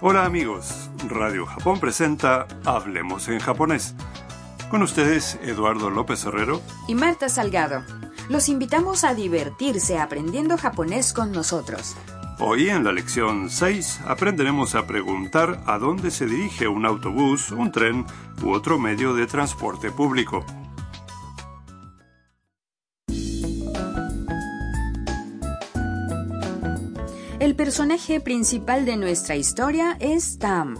Hola amigos, Radio Japón presenta Hablemos en japonés. Con ustedes Eduardo López Herrero y Marta Salgado. Los invitamos a divertirse aprendiendo japonés con nosotros. Hoy en la lección 6 aprenderemos a preguntar a dónde se dirige un autobús, un tren u otro medio de transporte público. El personaje principal de nuestra historia es Tam,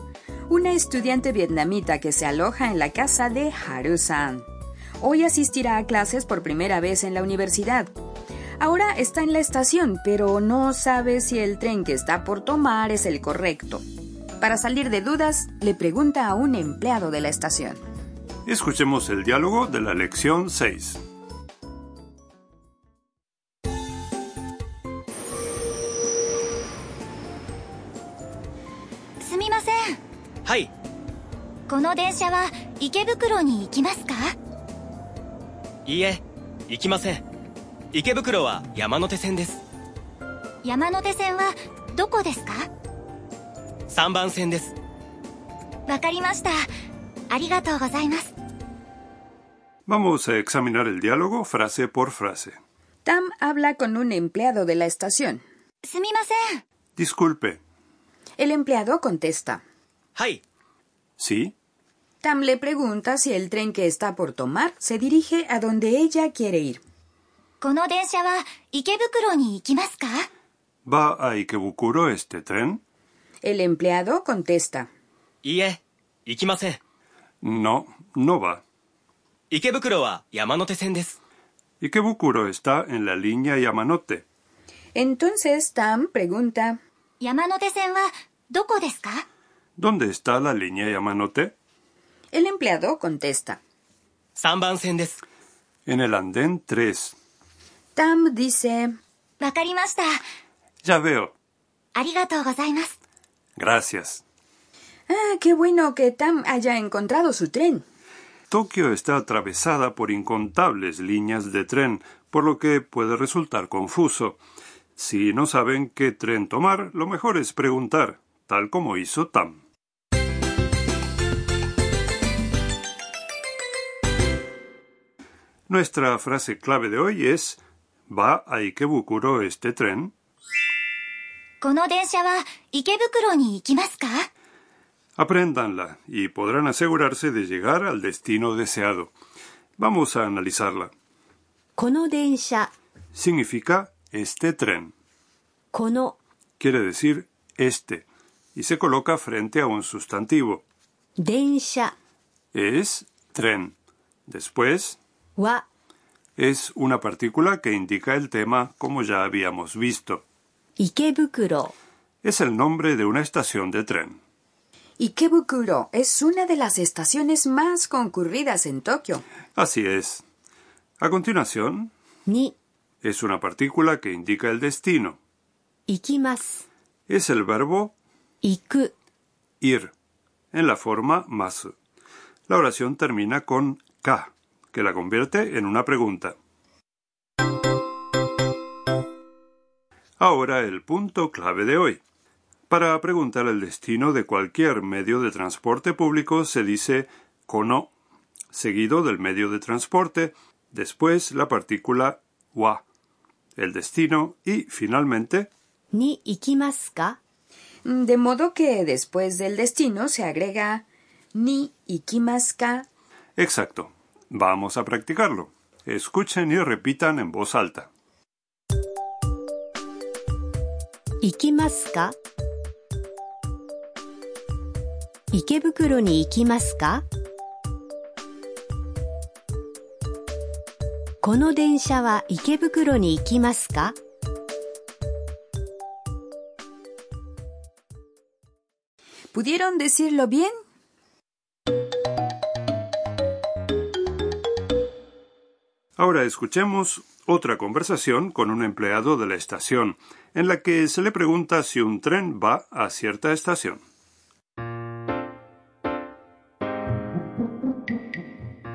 una estudiante vietnamita que se aloja en la casa de Haru-san. Hoy asistirá a clases por primera vez en la universidad. Ahora está en la estación, pero no sabe si el tren que está por tomar es el correcto. Para salir de dudas, le pregunta a un empleado de la estación. Escuchemos el diálogo de la lección 6. すみませんはいこの電車は池袋に行きますかいいえ行きません池袋は山手線です山手線はどこですか3番線ですわかりましたありがとうございます Vamos a examinar el diálogo frase por frase. Tam habla con un empleado de la estación. すみません Disculpe, El empleado contesta. はい ¿sí? Tam le pregunta si el tren que está por tomar se dirige a donde ella quiere ir. この電車は池袋に行きますか ¿Va a Ikebukuro este tren? El empleado contesta. いいえ行きません No, no va. 池袋は山手線です Ikebukuro está en la línea Yamanote. Entonces Tam pregunta. 山手線はどこですか ¿Dónde está la línea Yamanote? El empleado contesta. 3番線です En el andén 3. Tam dice. わかりました Ya veo. ありがとうございます Gracias. Ah, qué bueno que Tam haya encontrado su tren. Tokio está atravesada por incontables líneas de tren, por lo que puede resultar confuso. Si no saben qué tren tomar, lo mejor es preguntar, tal como hizo Tam. Nuestra frase clave de hoy es ¿Va a Ikebukuro este tren? この電車は池袋に行きますか Apréndanla y podrán asegurarse de llegar al destino deseado. Vamos a analizarla. この電車、 Significa este tren. この Quiere decir este y se coloca frente a un sustantivo. 電車 Es tren. Después は es una partícula que indica el tema como ya habíamos visto. 池袋、 Es el nombre de una estación de tren. Ikebukuro es una de las estaciones más concurridas en Tokio. Así es. A continuación, に es una partícula que indica el destino. 行きます。 Es el verbo 行く、 ir, en la forma más. La oración termina con ka, que la convierte en una pregunta. Ahora el punto clave de hoy. Para preguntar el destino de cualquier medio de transporte público se dice kono, seguido del medio de transporte, después la partícula wa, el destino y finalmente に行きますか De modo que después del destino se agrega ni ikimasu ka. Exacto. Vamos a practicarlo. Escuchen y repitan en voz alta. 行きますか池袋に行きますかこの電車は池袋に行きますか ¿Pudieron decirlo bien? Ahora escuchemos otra conversación con un empleado de la estación, en la que se le pregunta si un tren va a cierta estación.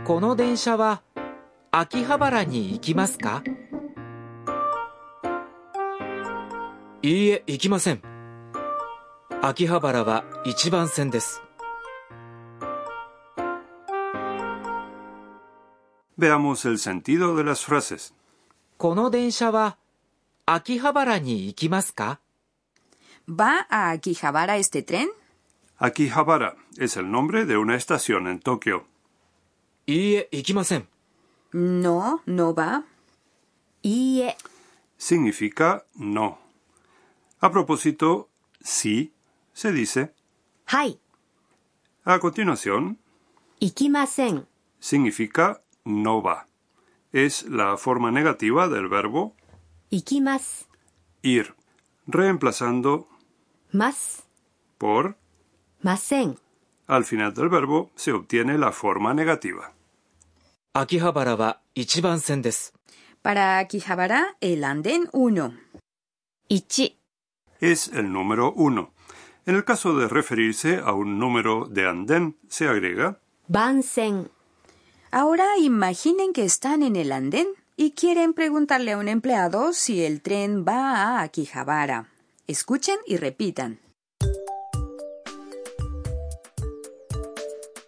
この電車は秋葉原に行きますかいいえ行きません秋葉原は1番線です。 Veamos el sentido de las frases. この電車は秋葉原に行きますか ¿Va a Akihabara este tren? Akihabara es el nombre de una estación en Tokio. いいえ、行きません。 No, no va. いいえ、 Significa no. A propósito, sí se dice. はい、 A continuación, 行きません。 significa no va. Es la forma negativa del verbo 行きます。 ir, reemplazando ます。 por ません。 al final del verbo se obtiene la forma negativa. 秋葉原は1番線です。 Para Akihabara, el andén 1. 1、 Es el número 1. En el caso de referirse a un número de andén, se agrega 番線。 Ahora imaginen que están en el andén y quieren preguntarle a un empleado si el tren va a Akihabara. Escuchen y repitan.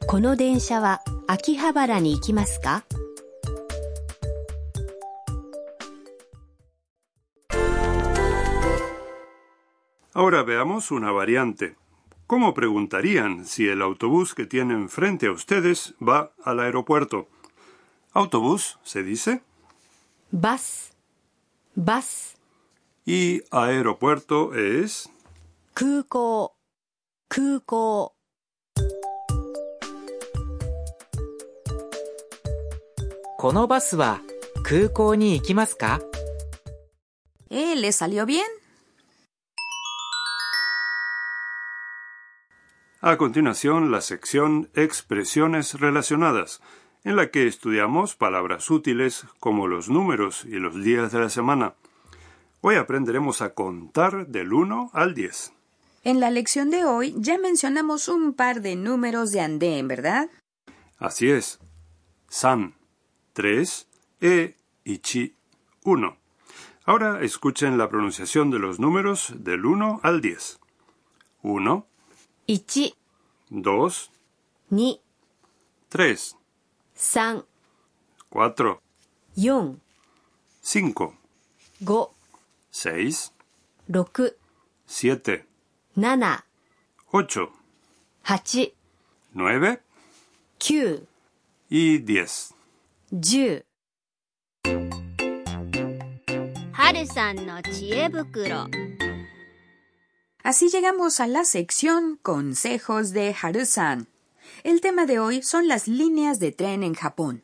この電車は秋葉原に行きますか Ahora veamos una variante. ¿Cómo preguntarían si el autobús que tienen frente a ustedes va al aeropuerto? Autobús, se dice, バス、バス、 y aeropuerto es... 空港、空港、このバスは空港に行きますか ¿Eh, le salió bien? A continuación, la sección Expresiones relacionadas, en la que estudiamos palabras útiles como los números y los días de la semana. Hoy aprenderemos a contar del 1 al 10. En la lección de hoy ya mencionamos un par de números de andén, ¿verdad? Así es. San 3 e ichi 1. Ahora escuchen la pronunciación de los números del 1 al 10. 1, 1、 2, 2、 3, 3、 4, 4、 5, 5、 6, 6、 7, 7、 8, 8、 9 9、 y 10. 10。はるさんの知恵袋 Así llegamos a la sección Consejos de Harusan. El tema de hoy son las líneas de tren en Japón.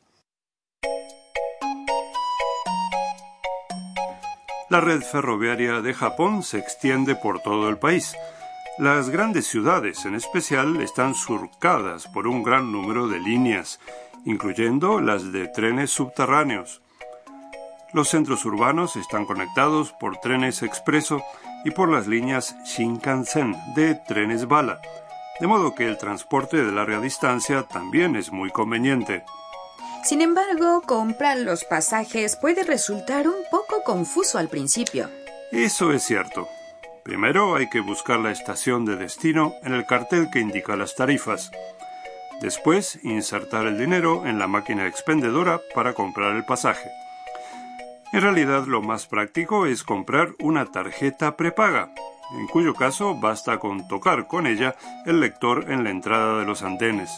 La red ferroviaria de Japón se extiende por todo el país. Las grandes ciudades en especial están surcadas por un gran número de líneas, incluyendo las de trenes subterráneos. Los centros urbanos están conectados por trenes expreso y por las líneas Shinkansen de trenes bala, de modo que el transporte de larga distancia también es muy conveniente. Sin embargo, comprar los pasajes puede resultar un poco confuso al principio. Eso es cierto. Primero hay que buscar la estación de destino en el cartel que indica las tarifas. Después, insertar el dinero en la máquina expendedora para comprar el pasaje. En realidad, lo más práctico es comprar una tarjeta prepaga, en cuyo caso basta con tocar con ella el lector en la entrada de los andenes.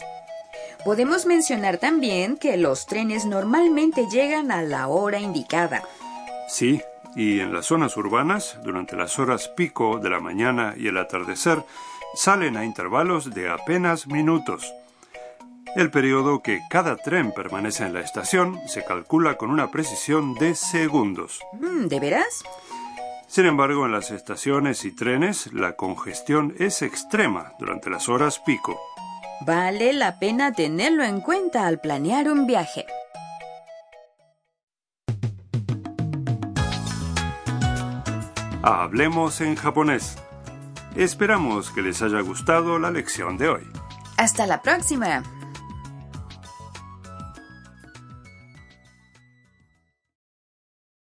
Podemos mencionar también que los trenes normalmente llegan a la hora indicada. Sí, y en las zonas urbanas, durante las horas pico de la mañana y el atardecer, salen a intervalos de apenas minutos. El periodo que cada tren permanece en la estación se calcula con una precisión de segundos. Mm, ¿De veras? Sin embargo, en las estaciones y trenes la congestión es extrema durante las horas pico. Vale la pena tenerlo en cuenta al planear un viaje. Hablemos en japonés. Esperamos que les haya gustado la lección de hoy. Hasta la próxima.